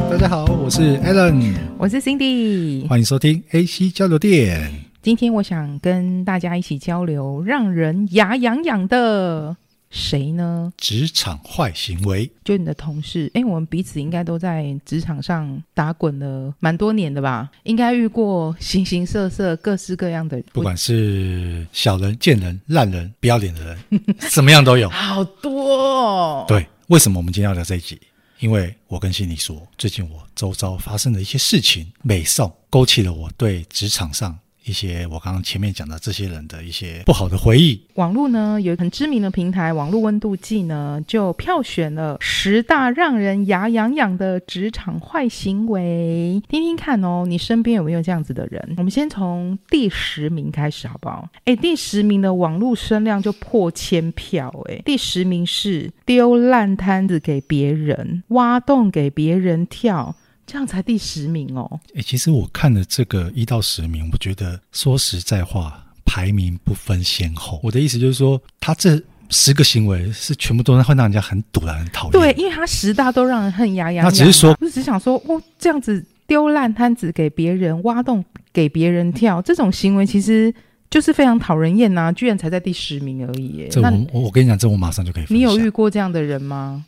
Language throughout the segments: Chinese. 我是 Alan，我是 Cindy。欢迎收听 AC 交流电。今天我想跟大家一起交流让人牙痒痒的谁呢？职场坏行为，就你的同事。哎，我们彼此应该都在职场上打滚了蛮多年的吧？应该遇过形形色色、各式各样的人，不管是小人、贱人、烂人、不要脸的人，什么样都有。好多、哦。对，为什么我们今天要聊这一集？因为我跟心里说，最近我周遭发生的一些事情，美少勾起了我对职场上一些我刚刚前面讲的这些人的一些不好的回忆。网络呢有很知名的平台“网络温度计”呢，就票选了十大让人牙痒痒的职场坏行为，听听看哦，你身边有没有这样子的人？我们先从第十名开始好不好？哎，第十名的网络声量就破千票，哎，第十名是丢烂摊子给别人，挖洞给别人跳。这样才第十名哦，诶，其实我看了这个一到十名，我觉得说实在话，排名不分先后。我的意思就是说，他这十个行为是全部都会让人家很堵然、很讨厌。对，，因为他十大都让人恨牙痒痒啊。那只是说我就只想说，哦，这样子丢烂摊子给别人，挖洞给别人跳，这种行为其实就是非常讨人厌呐、居然才在第十名而已耶。这那我我我跟你讲，这我马上就可以分你有享遇过这样的人吗？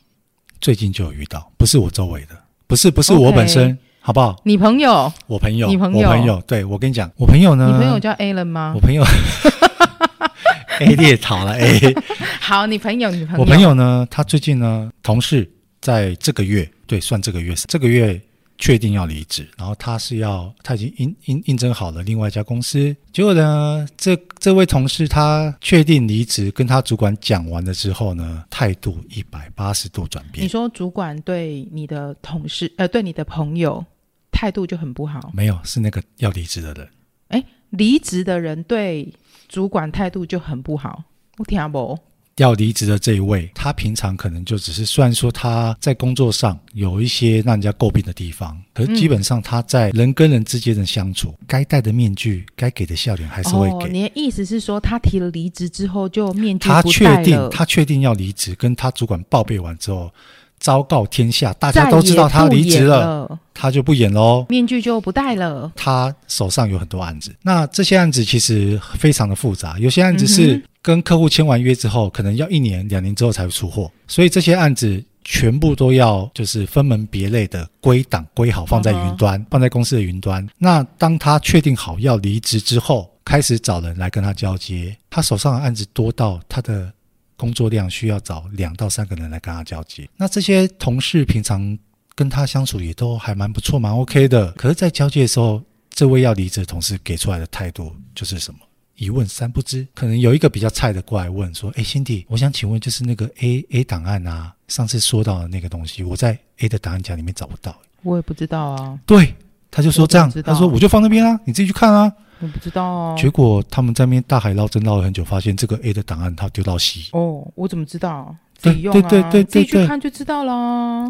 最近就有遇到，不是我周围的，不是不是 OK 我本身好不好？你朋友，我朋友，你朋我朋友友，对我跟你讲，我朋友呢，你朋友啊叫 Alan 吗嗯我？朋友 A 列逃了 A，好，你朋友，你朋友，我朋友呢，他最近呢，同事在这个月，对，算这个月，这个月确定要离职，然后他是要他已经应应应征好了另外一家公司，结果呢，这这位同事他确定离职，跟他主管讲完了之后呢，态度一百八十度转你变，说主管对你的同事，呃，对你的朋友态度就很不好，没有，是那个要离职的人。离职的人对主管态度就很不好，我听不。要离职的这一位，他平常可能就只是，虽然说他在工作上有一些让人家诟病的地方，嗯可是基本上他在人跟人之间的相处，该戴的面具、该给的笑脸还是会哦。给。你的意思是说，他提了离职之后就面具他不确戴定，了？他确定要离职，跟他主管报备完之后，昭告天下，大家都知道他再也离不职演了，了，他就不演喽。面具就不戴了。他手上有很多案子，那这些案子其实非常的复杂，有些案子嗯是跟客户签完约之后，可能要一年、两年之后才会出货，所以这些案子全部都要就是分门别类的归档归好，放在云端，放在公司的云端。那当他确定好要离职之后，开始找人来跟他交接，他手上的案子多到他的工作量需要找两到三个人来跟他交接。那这些同事平常跟他相处也都还蛮不错，蛮 OK 的。可是，在交接的时候，这位要离职的同事给出来的态度就是什么？一问三不知，可能有一个比较菜的过来问说：“哎，辛迪，我想请问，就是那个 A A 档案啊，上次说到的那个东西，我在 A 的档案夹里面找不到。我也不知道啊，”对，他就说我这样怎么知，道他说我就放那边啊，你自己去看啊。我不知道哦。结果他们在那边大海捞针捞了很久，发现这个 A 的档案他丢到 C，哦，我怎么知道？对自己用啊，对对对对自己去对看就知道啦。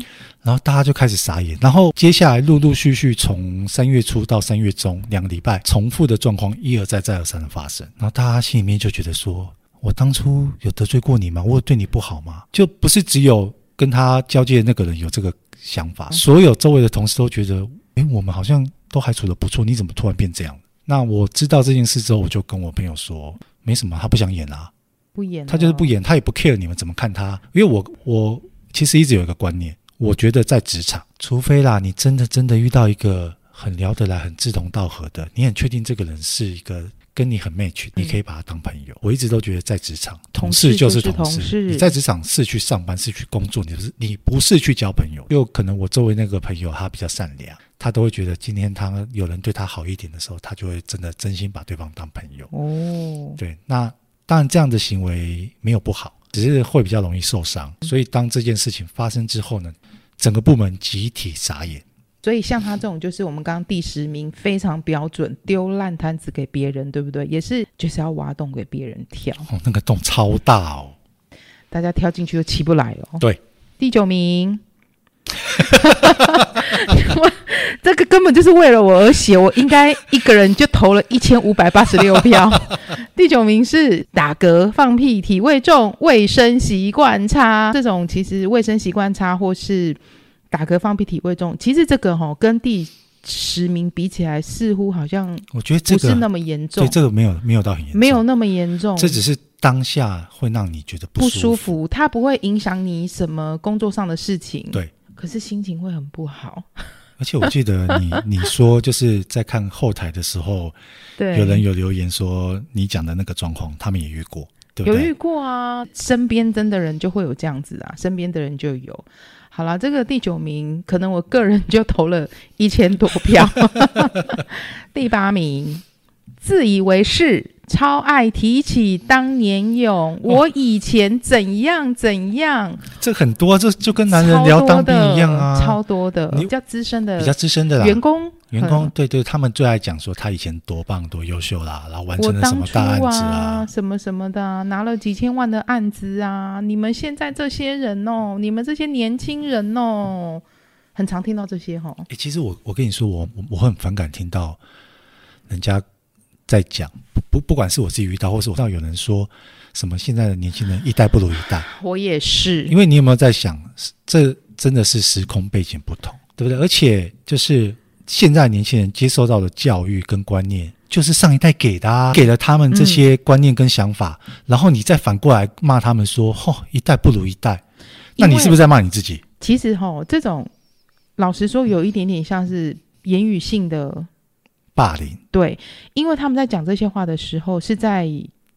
然后大家就开始傻眼，然后接下来陆陆续续从三月初到三月中两个礼拜，重复的状况一而再再而三的发生，然后大家心里面就觉得说，我当初有得罪过你吗？我有对你不好吗？就不是只有跟他交接的那个人有这个想法，所有周围的同事都觉得，诶，我们好像都还处得不错，你怎么突然变这样？那我知道这件事之后，我就跟我朋友说，没什么，他不想演啊，不演了，他就是不演，他也不 care 你们怎么看他，因为我我其实一直有一个观念，我觉得在职场，除非啦，你真的真的遇到一个很聊得来、很志同道合的，你很确定这个人是一个。跟你很 match，你可以把他当朋友。我一直都觉得，在职场，嗯同同事事就就是是同同事你在职场是去上班，是去工作，你不是你不是去交朋友。又可能我周围那个朋友，他比较善良，他都会觉得今天他有人对他好一点的时候，他就会真的真心把对方当朋友。哦。对，那当然这样的行为没有不好，只是会比较容易受伤。所以当这件事情发生之后呢，整个部门集体傻眼。所以像他这种，就是我们刚刚第十名，非常标准，丢烂摊子给别人，对不对？也是就是要挖洞给别人跳，哦，那个洞超大哦，大家跳进去就起不来哦。对，第九名， 我这个根本就是为了我而写，我应该一个人就投了一千五百八十六票。 第九名是打嗝、放屁、体味重、卫生习惯差，这种其实卫生习惯差或是。打嗝、放屁、体味重，其实这个哈、跟第十名比起来，似乎好像我觉得这不是个那么严重，对这个没有没有到很严重，没有，那么严重，这只是当下会让你觉得不舒舒。服，它不会影响你什么工作上的事情。对，可是心情会很 不好。而且我记得 你你说就是在看后台的时候，对，有人有留言说你讲的那个状况，他们也遇过，对不有对遇？过啊，身边真的人就会有这样子啊，身边的人就有。好啦，这个第九名，可能我个人就投了一千多 票。第八名，自以为是，超爱提起当年哦勇，我以前怎样怎样，这很多，这就跟男人聊当兵一样啊，超多的，超多的你比较资深的比较资深的啦，员工，员工嗯对对，他们最爱讲说他以前多棒多优秀啦，然后完我成了啊什当么初大案子啊，什么什么的啊、拿了几千万的案子啊！你们现在这些人哦，你们这些年轻人哦，很常听到这些哦。诶其实我我跟你说，我我我很反感听到人家在讲，不不不管是我自己遇到，或是我看到有人说什么现在的年轻人一代不如一代，我也是因，为你有没有在想，这真的是时空背景不同，对不对？而且就是现在年轻人接受到的教育跟观念，就是上一代给的、嗯啊，给了他们这些观念跟想法，然后你再反过来骂他们说，吼、一代不如一代，那因你为是不是在骂你自己？其实哈、哦，这种老实说，有一点点像是言语性的霸凌，对，因为他们在讲这些话的时候，是在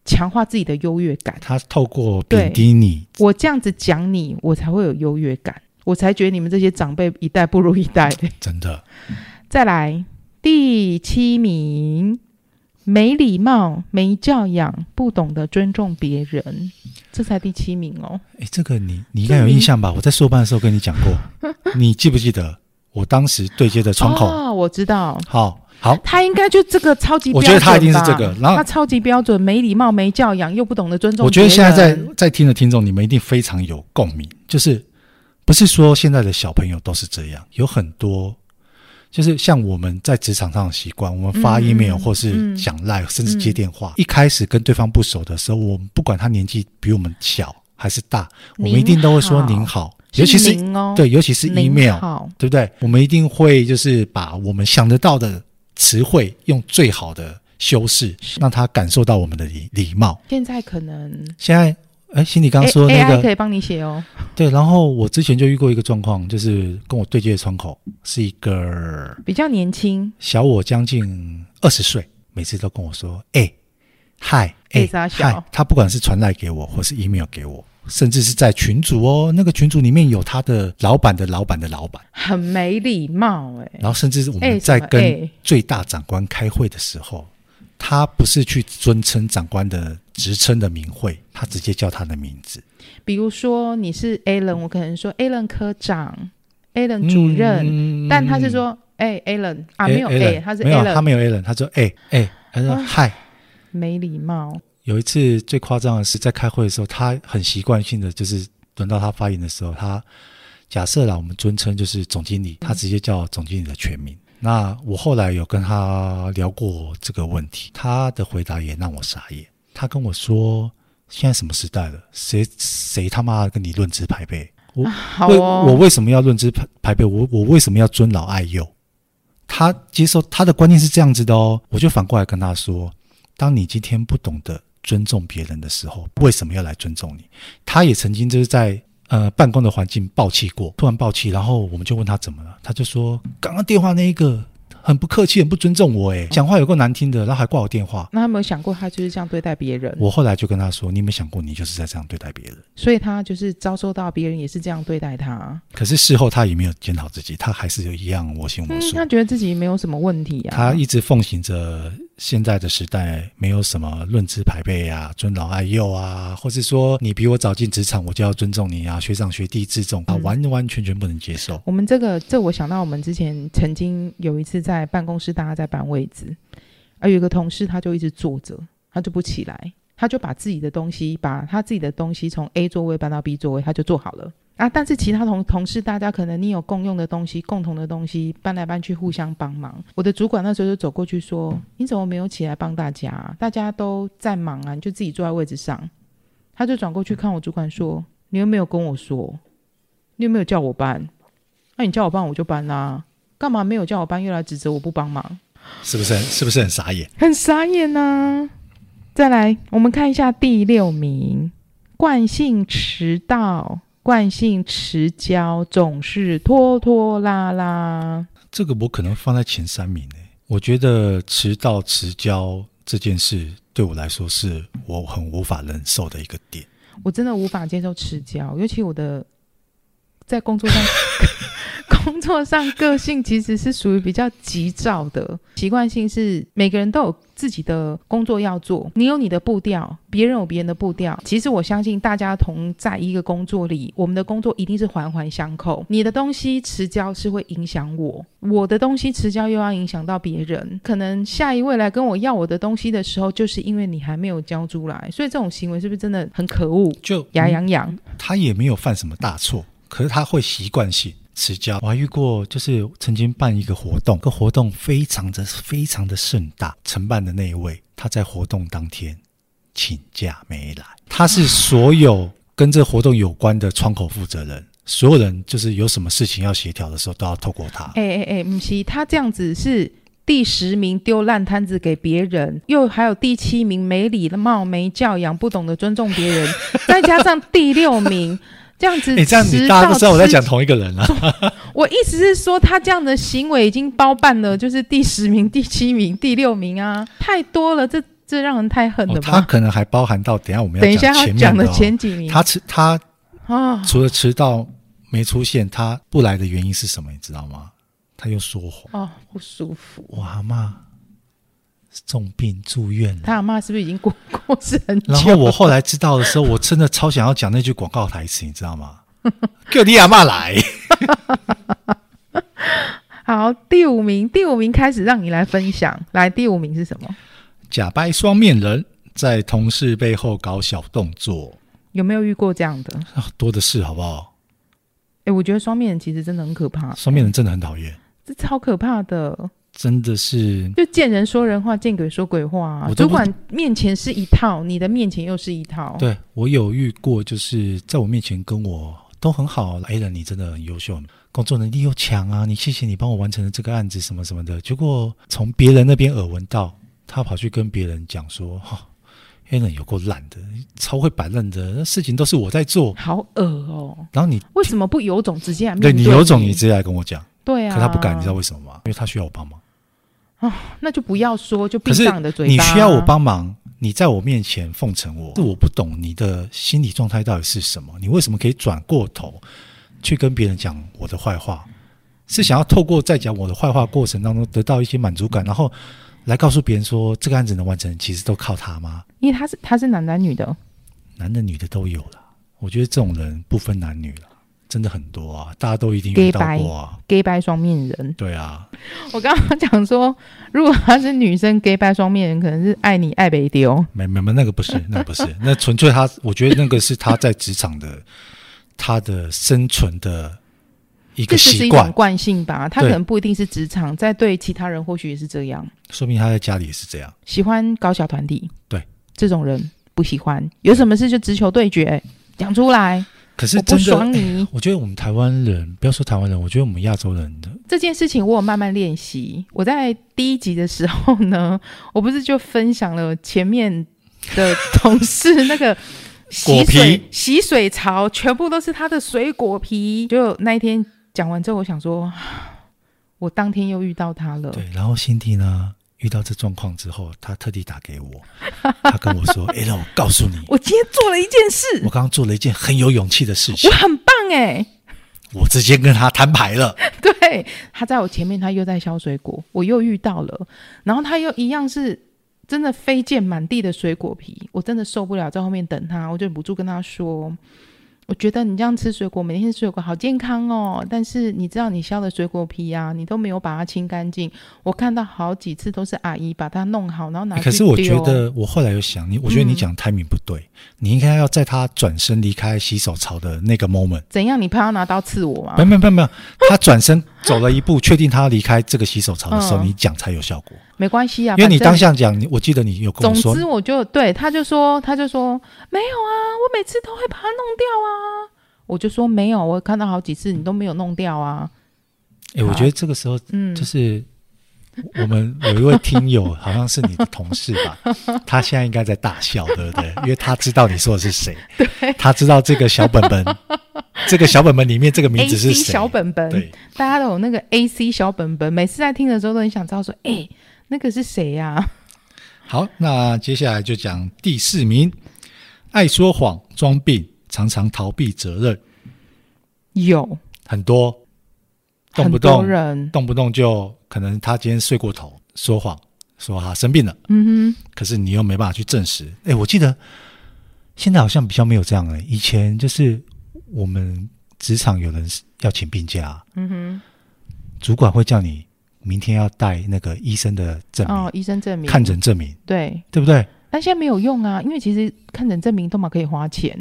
强化自己的优越感。他透过对贬低你，我这样子讲你，我才会有优越感，我才觉得你们这些长辈一代不如一代的。真的再来第七名，没礼貌、没教养、不懂得尊重别人，这才第七名哦。哎，这个你你应该有印象吧？我在硕班的时候跟你讲 过，你记不记得我当时对接的窗口？哦，我知道，好好，他应该就这个超级标我准吧，觉得他一定是这个。然后他超级标准，没礼貌、没教养，又不懂得尊重我觉得别现在在人在听的听众，你们一定非常有共鸣，就是不是说现在的小朋友都是这样，有很多就是像我们在职场上的习惯，我们发嗯 email 嗯或是嗯讲 line，、甚至接嗯电话、一开始跟对方不熟的时候，我们不管他年纪比我们小还是大，我们一定都会说“您您好”，尤其是您哦，对，尤其是您 email，好，对不对？我们一定会就是把我们想得到的词汇用最好的修饰，让他感受到我们的礼礼貌。现在可能。现在，哎，心里刚 A 说那 AI 个可以帮你写哦，对，然后我之前就遇过一个状况，就是跟我对接的窗口是一个比较年轻，小我将近二十岁，每次都跟我说，哎，嗨，哎哎，傻小嗨，他不管是传来给我，或是 email 给我。甚至是在群组哦，那个群组里面有他的老板的老板的老板，很没礼貌哎、然后甚至是我哎们在什么跟哎最大长官开会的时候，他不是去尊称长官的职称的名讳，他直接叫他的名字。比如说你是 Alan，我可能说 Alan 科长、Alan 主任，嗯但他是说哎、Alan 啊，欸没有 Alan， A，他是没有，他 Alan，没有 A 人，他说哎哎，他说啊嗨。没礼貌。有一次最夸张的是在开会的时候，他很习惯性的就是轮到他发言的时候，他假设啦，我们尊称就是总经理，嗯他直接叫总经理的全名。那我后来有跟他聊过这个问题，他的回答也让我傻眼。他跟我说：“现在什么时代了，谁谁他妈跟你论资排辈？”我好为哦，我为什么要论资排排辈？我我为什么要尊老爱幼？他接受他的观念是这样子的哦，我就反过来跟他说：，当你今天不懂得尊重别人的时候，为什么要来尊重你？他也曾经就是在呃办公的环境爆气过，突然爆气，然后我们就问他怎么了，他就说：刚刚电话那一个很不客气，很不尊重我，诶，讲话有够难听的，然后还挂我电话。那他有没有想过他就是这样对待别人，我后来就跟他说：，你有没有想过，你就是在这样对待别人？所以他就是遭受到别人也是这样对待他。可是事后他也没有检讨自己，他还是有一样我行我嗯，素。他觉得自己没有什么问题啊。他一直奉行着现在的时代，没有什么论资排辈啊、尊老爱幼啊，或是说你比我早进职场，我就要尊重你啊，学长学弟制这种，他嗯完完全全不能接受。我们这个，这我想到我们之前曾经有一次在办公室，大家在搬位置，而有一个同事他就一直坐着，他就不起来，他就把自己的东西，把他自己的东西从 A 座位搬到 B 座位，他就坐好了啊。但是其他同同事大家可能你有共用的东西、共同的东西搬来搬去，互相帮忙。我的主管那时候就走过去说：“你怎么没有起来帮大家啊、大家都在忙啊，你就自己坐在位置上。”他就转过去看我主管说：“你又没有跟我说，你又没有叫我搬。”那你叫我帮我就帮啦、干嘛没有叫我帮又来指责我不帮忙？是不是很是不是很傻眼？很傻眼呐、再来，我们看一下第六名，惯性迟到、惯性迟交，总是拖拖拉拉。这个我可能放在前三名诶、我觉得迟到迟交这件事对我来说是我很无法忍受的一个点。我真的无法接受迟交，尤其我的在工作上工作上个性其实是属于比较急躁的，习惯性是每个人都有自己的工作要做，你有你的步调，别人有别人的步调。其实我相信大家同在一个工作里，我们的工作一定是环环相扣。你的东西迟交是会影响我，我的东西迟交又要影响到别人。可能下一位来跟我要我的东西的时候，就是因为你还没有交出来，所以这种行为是不是真的很可恶？就牙痒痒，他也没有犯什么大错，可是他会习惯性迟交。我还遇过，就是曾经办一个活动，个活动非常的非常的盛大，承办的那一位他在活动当天请假没来，他是所有跟这活动有关的窗口负责人，所有人就是有什么事情要协调的时候都要透过他。哎哎哎，不是，他这样子是第十名丢烂摊子给别人，又还有第七名没礼貌、没教养、不懂得尊重 别人，再加上第六名，这样子，你哎这样你大家都知道我在讲。同一个人了、啊我意思是说，他这样的行为已经包办了，就是第十名、第七名、第六名啊，太多了，这这让人太狠哦了他吧？可能还包含到等一下我们等一要下讲要前面讲的哦前几名他迟他啊，除了迟到没出现，他不来的原因是什么？你知道吗？他又说谎。哦，不舒服。我阿妈重病住院了。他阿妈是不是已经过过世很久？然后我后来知道的时候，我真的超想要讲那句广告台词，你知道 吗？给你阿妈来，好，第五名，第五名开始让你来分享。来，第五名是什么？ 假掰双面人，在同事背后搞小动作，有没有遇过这样的？啊多的是，好不好？哎，我觉得双面人其实真的很可怕，双面人真的很讨厌，这超可怕的。真的是就见人说人话，见鬼说鬼话、啊我都主不管面前是一套，你的面前又是一套。对我有遇过，就是在我面前跟我都很好，A 人你真的很优秀，工作能力又强啊，你谢谢你帮我完成了这个案子什么什么的。结果从别人那边耳闻到，他跑去跟别人讲说，哈、a 人有够烂的，超会摆烂的，那事情都是我在做。好恶哦！然后你为什么不有种直接来面对你你有种，你直接来跟我讲，对啊，可他不敢，你知道为什么吗？因为他需要我帮忙。那就不要说，就闭可是上你的嘴巴。你需要我，帮忙，你在我面前奉承我，是我不懂你的心理状态到底是什么？你为什么可以转过头去跟别人讲我的坏话？是想要透过在讲我的坏话过程当中得到一些满足感，然后来告诉别人说这个案子能完成，其实都靠他吗？因为他是他是男男女的，男的女的都有了，我觉得这种人不分男女了，真的很多啊，大家都一定遇到过啊， gay 掰双面人。对啊，我刚刚讲说，如果他是女生 gay 掰双面人，可能是爱你爱北丢。没没没，那个不是，那个不是，那纯粹他，我觉得那个是他在职场的他的生存的一这个只是习一种惯，惯性吧，他可对能不一定是职场，在对其他人或许也是这样，说明他在家里也是这样。喜欢搞小团体。对，这种人不喜欢，有什么事就直球对决，讲出来，可是我不真的，爽你。我觉得我们台湾人，不要说台湾人，我觉得我们亚洲人的这件事情我有慢慢练习。我在第一集的时候呢， 我不是就分享了前面的同事那个洗 果皮水洗水槽，全部都是他的水果皮。就那一天讲完之后，我想说， 我当天又遇到他了。对，然后辛迪呢遇到这状况之后，他特地打给我，他跟我 说：“哎、让我告诉你，我今天做了一件事，我刚刚做了一件很有勇气的事情我，很棒哎、我直接跟他摊牌了。 对，他在我前面，他又在削水果，我又遇到了，然后他又一样是真的飞溅满地的水果皮，我真的受不了，在后面等他，我就忍不住跟他说。我觉得你这样吃水果，每天吃水果好健康哦。但是你知道你削的水果皮啊，你都没有把它清干净。我看到好几次都是阿姨把它弄好，然后拿去欸可是我觉丢哦嗯得，我后来有想你，我觉得你讲 timing 不对，你应该要在他转身离开洗手槽的那个 moment。怎样？你怕他拿刀刺我吗没？没没没有，他转身走了一步，确定他离开这个洗手槽的时候，嗯你讲才有效果。没关系啊，因为你反正当下讲，你我记得你有跟总我说，之，我就对他就说，他就说没有啊，我每次都会把它弄掉啊。我就说没有，我看到好几次你都没有弄掉啊。哎，我觉得这个时候嗯，就是我们有一位听友，好像是你的同事 吧，他现在应该在大笑，对不对？因为他知道你说的是 谁，他知道这个小本本，这个小本本里面这个名 A 字是 C 谁？小本本，对，大家都有那个 A C 小本本，每次在听的时候都很想知道说，哎、那个是谁啊呀、好，那接下来就讲第四名，爱说谎、装病，常常逃避责任，有很多，动不很多动人，动不动就可能他今天睡过头，说谎说他生病了，嗯哼，可是你又没办法去证实。哎，我记得现在好像比较没有这样哎、以前就是我们职场有人是要请病假，嗯哼，主管会叫你明天要带那个医生的证明、哦，医生证明，看诊证明，对，对不对？但现在没有用啊，因为其实看诊证明都嘛可以花钱，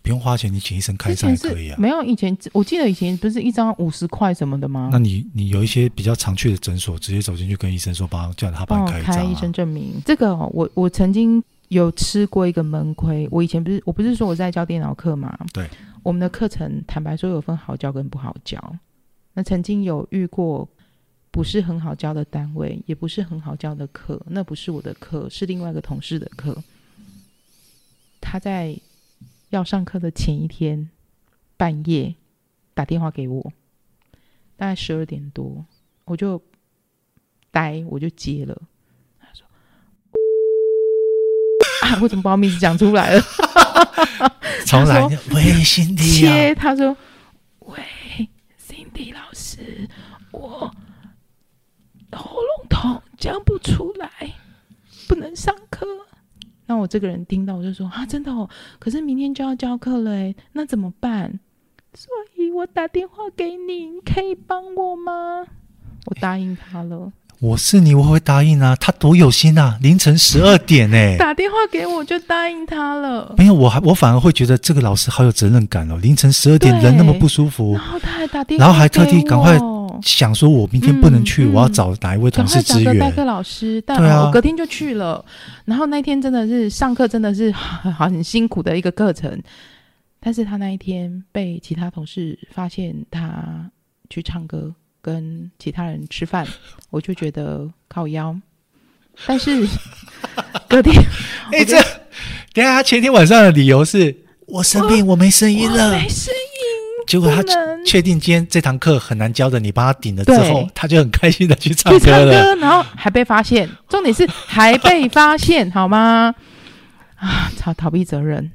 不用花钱，你请医生看之一张也前可以是啊。没有以前，我记得以前不是一张五十块什么的吗那？你你有一些比较常去的诊所，直接走进去跟医生说，帮叫他帮哦你开，一开张、医啊生证明这个、哦，我我曾经有吃过一个闷亏。我以前不是我不是说我在教电脑课嘛？对，我们的课程坦白说有分好教跟不好教。那曾经有遇过不是很好教的单位，也不是很好教的课，那不是我的课，是另外一个同事的课。他在要上课的前一天半夜打电话给我，大概十二点多，我就呆，我就接了。他说：“ 啊，我怎么把我名字讲出来了？”重来他说，喂，辛迪啊，切，他说：“喂，Cindy 老师，我喉咙痛，讲不出来，不能上课。”那我这个人听到我就说：“啊，真的哦，可是明天就要教课了诶，那怎么办？”所以我打电话给你，你可以帮我吗？我答应他了，我是你，我会答应啊。他多有心啊，凌晨十二点呢、欸打电话给我就答应他了。没有，我还我反而会觉得这个老师好有责任感哦。凌晨十二点对人那么不舒服然，后他还打电话，然后还特地赶快想说我明天不能去，嗯嗯我要找哪一位同赶事快找支个代援。课老师，但、对啊我隔天就去了。然后那天真的是上课真的是 很辛苦的一个课程，但是他那一天被其他同事发现他去唱歌跟其他人吃饭，我就觉得靠腰。但是隔天 哎、我这等一下他前天晚上的理由是我生病，我没声音我了。没声音，结果他不能确定今天这堂课很难教的，你帮他顶了之后对，他就很开心啊的去唱去歌唱了。歌，然后还被发现，重点是还被发现，好吗？啊，逃逃避责任，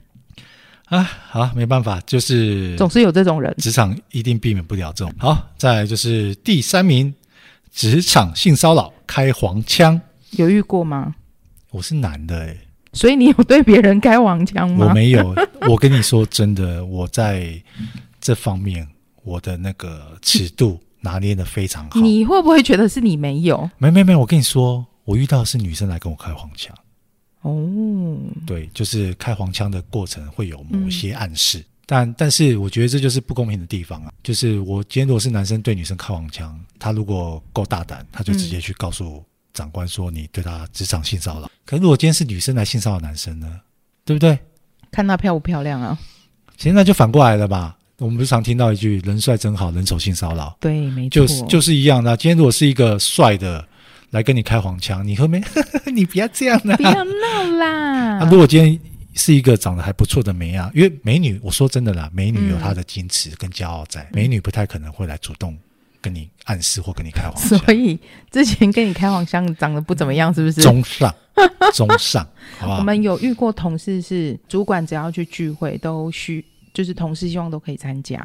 啊，好，没办法，就是总是有这种人。职场一定避免不了这种。好，再来就是第三名，职场性骚扰开黄腔。有遇过吗？我是男的、欸，所以你有对别人开黄腔吗？我没有。 我跟你说真的，我在这方面我的那个尺度拿捏的非常好。你会不会觉得是你没有？没没没，我跟你说，我遇到的是女生来跟我开黄腔。哦，对，就是开黄腔的过程会有某些暗示，嗯但但是我觉得这就是不公平的地方啊。就是我今天如果是男生对女生开黄腔，他如果够大胆，他就直接去告诉长官说你对他职场性骚扰。可如果今天是女生来性骚扰男生呢，对不对？看她漂不漂亮啊？其实那就反过来了吧。我们不是常听到一句“人帅真好，人丑性骚扰对，没”，错，就是就是一样的啊、今天如果是一个帅的来跟你开黄腔，你后面 你不要这样啊啦、不要闹啦。 啊，如果今天是一个长得还不错的美啊，因为美女，我说真的啦，美女有她的矜持跟骄傲在，美女不太可能会来主动跟你暗示或跟你开黄腔。 所以之前跟你开黄腔长得不怎么样，是不 是？中上，中上，好不我好？们有遇过同事是主管，只要去聚会都需，就是同事希望都可以参加，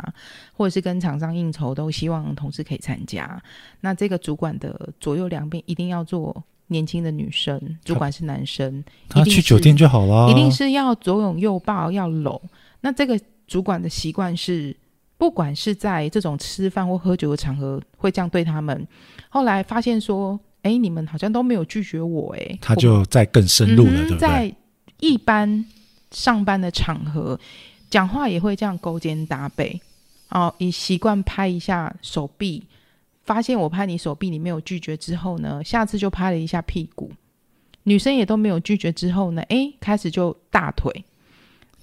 或者是跟厂商应酬都希望同事可以参加。那这个主管的左右两边一定要做年轻的女生，主管是男生，她一定去是酒店就啊好啦。一定是要左拥右抱，要搂。那这个主管的习惯是，不管是在这种吃饭或喝酒的场合，会这样对他们。后来发现说，哎，你们好像都没有拒绝我、诶哎，她就再更深入了，嗯对不哼对？在一般上班的场合，讲话也会这样勾肩搭背，哦，也习惯拍一下手臂。发现我拍你手臂，你没有拒绝之后呢，下次就拍了一下屁股。女生也都没有拒绝之后呢，诶，开始就大腿。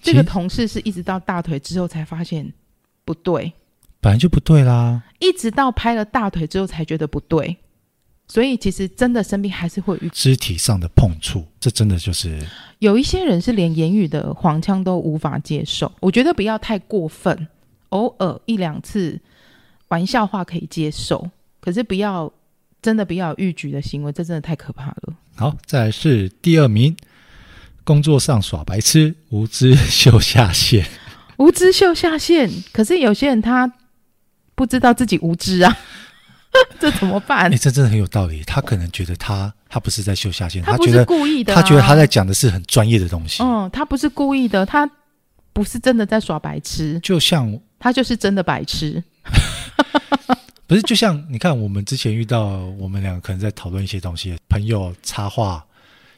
这个其实同事是一直到大腿之后才发现不对，本来就不对啦。一直到拍了大腿之后才觉得不对。所以其实真的生病还是会遇，肢体上的碰触，这真的就是有一些人是连言语的黄腔都无法接受。我觉得不要太过分，偶尔一两次玩笑话可以接受，可是不要真的不要有逾矩的行为，这真的太可怕了。好。再来是第二名，工作上耍白痴，无知秀下限。无知秀下限，可是有些人他不知道自己无知啊， 这怎么办哎、？这真的很有道理。他可能觉得他他不是在秀下限，他 他不觉是得故意的、他啊，觉得他在讲的是很专业的东西。嗯，他不是故意的，他不是真的在耍白痴，就像他就是真的白痴。不是就像你看，我们之前遇到我们两个可能在讨论一些东西，朋友插话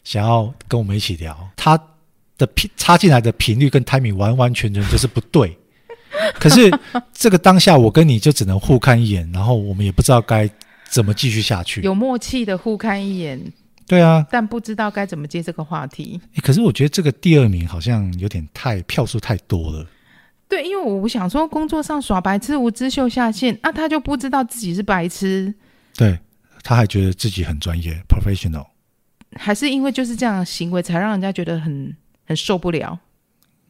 想要跟我们一起聊，他的频插进来的频率跟 timing 完完全全就是不对。 可是这个当下，我跟你就只能互看一眼，然后我们也不知道该怎么继续下去。有默契的互看一眼，对啊，但不知道该怎么接这个话题。诶可是我觉得这个第二名好像有点太票数太多了。对，因为我想说，工作上耍白痴、无知秀下限，那、他就不知道自己是白痴，对，他还觉得自己很专业 professional。还是因为就是这样的行为，才让人家觉得很很受不了，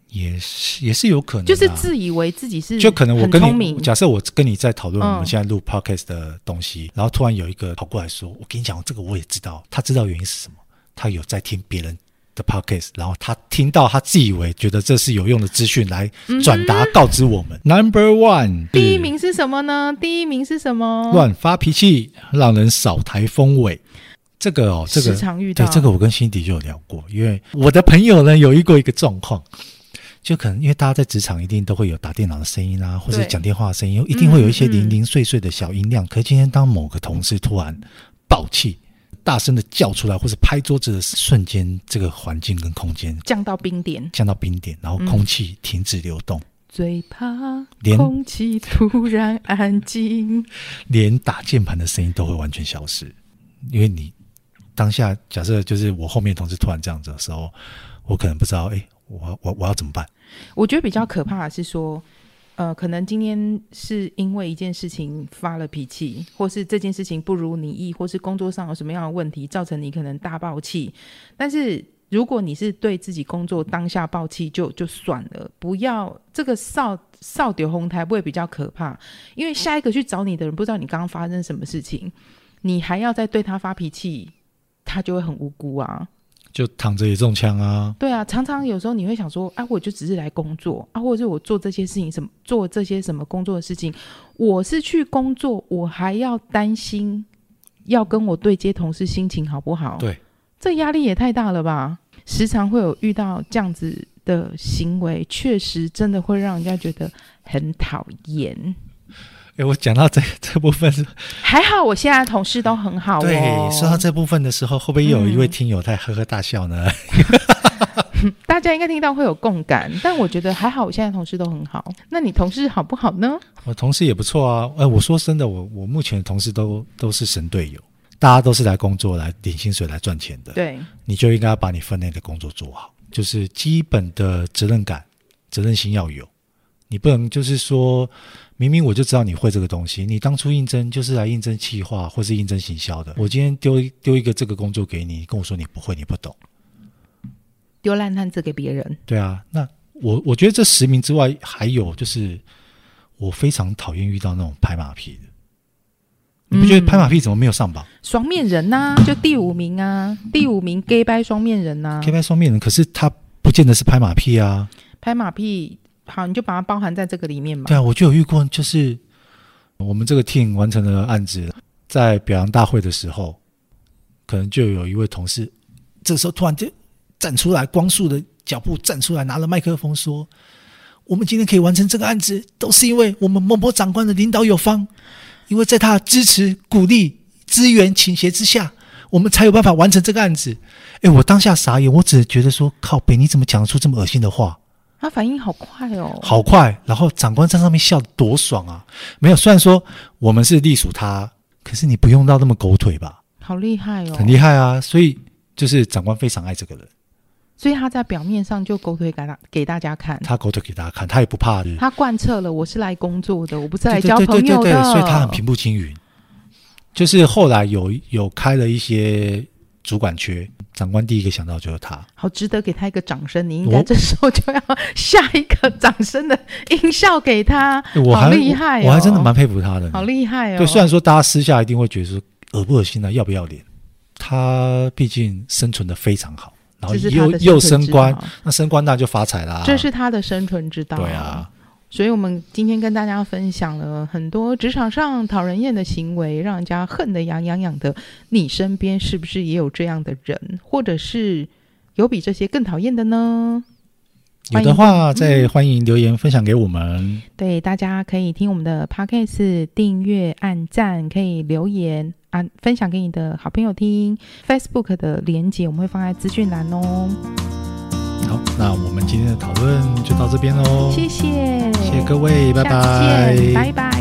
也是也是有可能、啊，就是自以为自己是就可能我嗯很跟聪你明，假设我跟你在讨论嗯我们现在录 podcast 的东西，然后突然有一个跑过来说：“我跟你讲，这个我也知道。”他知道原因是什么，他有在听别人的 podcast，然后他听到他自以为觉得这是有用的资讯来转达告知我们。Number one，嗯第一名哦是什么呢？第一名是什么？乱发脾气，让人扫台风尾。这个哦，这个时常遇到对，这个我跟辛迪就有聊过，因为我的朋友呢有遇过一个状况，就可能因为大家在职场一定都会有打电脑的声音啊，或者对讲电话的声音，一定会有一些嗯零零碎碎的小音量。可是今天当某个同事突然爆气，大声的叫出来，或是拍桌子的瞬间，这个环境跟空间降到冰点，降到冰点，然后嗯空气停止流动，最怕连空气突然安 静。连打键盘的声音都会完全消失，因为你当下假设就是我后面同事突然这样子的时候，我可能不知道，哎，我我我要怎么办？我觉得比较可怕的是说，呃，可能今天是因为一件事情发了脾气，或是这件事情不如你意，或是工作上有什么样的问题，造成你可能大爆气。但是如果你是对自己工作当下爆气就，就算了，不要这个少少丢红台不会比较可怕，因为下一个去找你的人不知道你刚刚发生什么事情，你还要再对他发脾气，他就会很无辜啊。就躺着也中枪啊！对啊，常常有时候你会想说，啊，我就只是来工作啊，或者是我做这些事情，什么做这些什么工作的事情，我是去工作，我还要担心要跟我对接同事心情好不好？对，这压力也太大了吧？时常会有遇到这样子的行为，确实真的会让人家觉得很讨厌。哎，我讲到这 这部分，还好我现在同事都很好、哦，对，啊说到这部分的时候，会不会又有一位听友在呵呵大笑呢？ 大家应该听到会有共感，但我觉得还好，我现在同事都很好。那你同事好不好呢？我同事也不错啊。哎，我说真的，我我目前的同事都都是神队友，大家都是来工作、来领薪水、来赚钱的。对。你就应该把你分内的工作做好，就是基本的责任感、责任心要有。你不能就是说，明明我就知道你会这个东西，你当初应征就是来应征企划或是应征行销的。我今天丢一丢一个这个工作给你，你跟我说你不会，你不懂，丢烂摊子给别人。对啊。那我我觉得这十名之外，还有就是我非常讨厌遇到那种拍马屁的。你不觉得拍马屁怎么没有上榜？双面人呐、就第五名啊，第五名 gay 掰双面人呐、 K 拍双面人，可是他不见得是拍马屁啊。拍马屁，好，你就把它包含在这个里面嘛。对啊，我就有遇过，就是我们这个 team 完成了案子，在表扬大会的时候，可能就有一位同事，这时候突然就站出来，光速的脚步站出来，拿了麦克风说：“我们今天可以完成这个案子，都是因为我们某某长官的领导有方，因为在他的支持、鼓励、资源倾斜之下。”我们才有办法完成这个案子。哎，我当下傻眼，我只是觉得说，靠北，你怎么讲得出这么恶心的话？他反应好快哦，好快，然后长官在上面笑得多爽啊！没有，虽然说我们是隶属他，可是你不用到那么狗腿吧？好厉害哦很。厉害啊！所以就是长官非常爱这个人，所以他在表面上就狗腿给大给大家看，他狗腿给大家看，他也不怕人，他贯彻了我是来工作的，我不是来对交对朋对对友对，的，所以他很平步青云。就是后来有有开了一些主管缺，长官第一个想到就是他。好值得给他一个掌声。你应我该这时候就要下一个掌声的音效给他，我好还厉害哦我还真的蛮佩服他的。好厉害哦！对，虽然说大家私下一定会觉得说恶不恶心啊，要不要脸，他毕竟生存的非常好，然后这是他又的又生存升之官道，那升官那就发财啦。这是他的生存之道。啊对啊，，所以我们今天跟大家分享了很多职场上讨人厌的行为，让人家恨得痒痒痒的。你身边是不是也有这样的人，或者是有比这些更讨厌的呢？有的嗯话再欢迎留言分享给我们。对，大家可以听我们的 podcast，订阅、按赞，可以留言啊，分享给你的好朋友听。Facebook 的连接我们会放在资讯栏哦。好，那我们今天的讨论就到这边喽，谢谢，谢谢各位，拜下次拜，见，拜拜。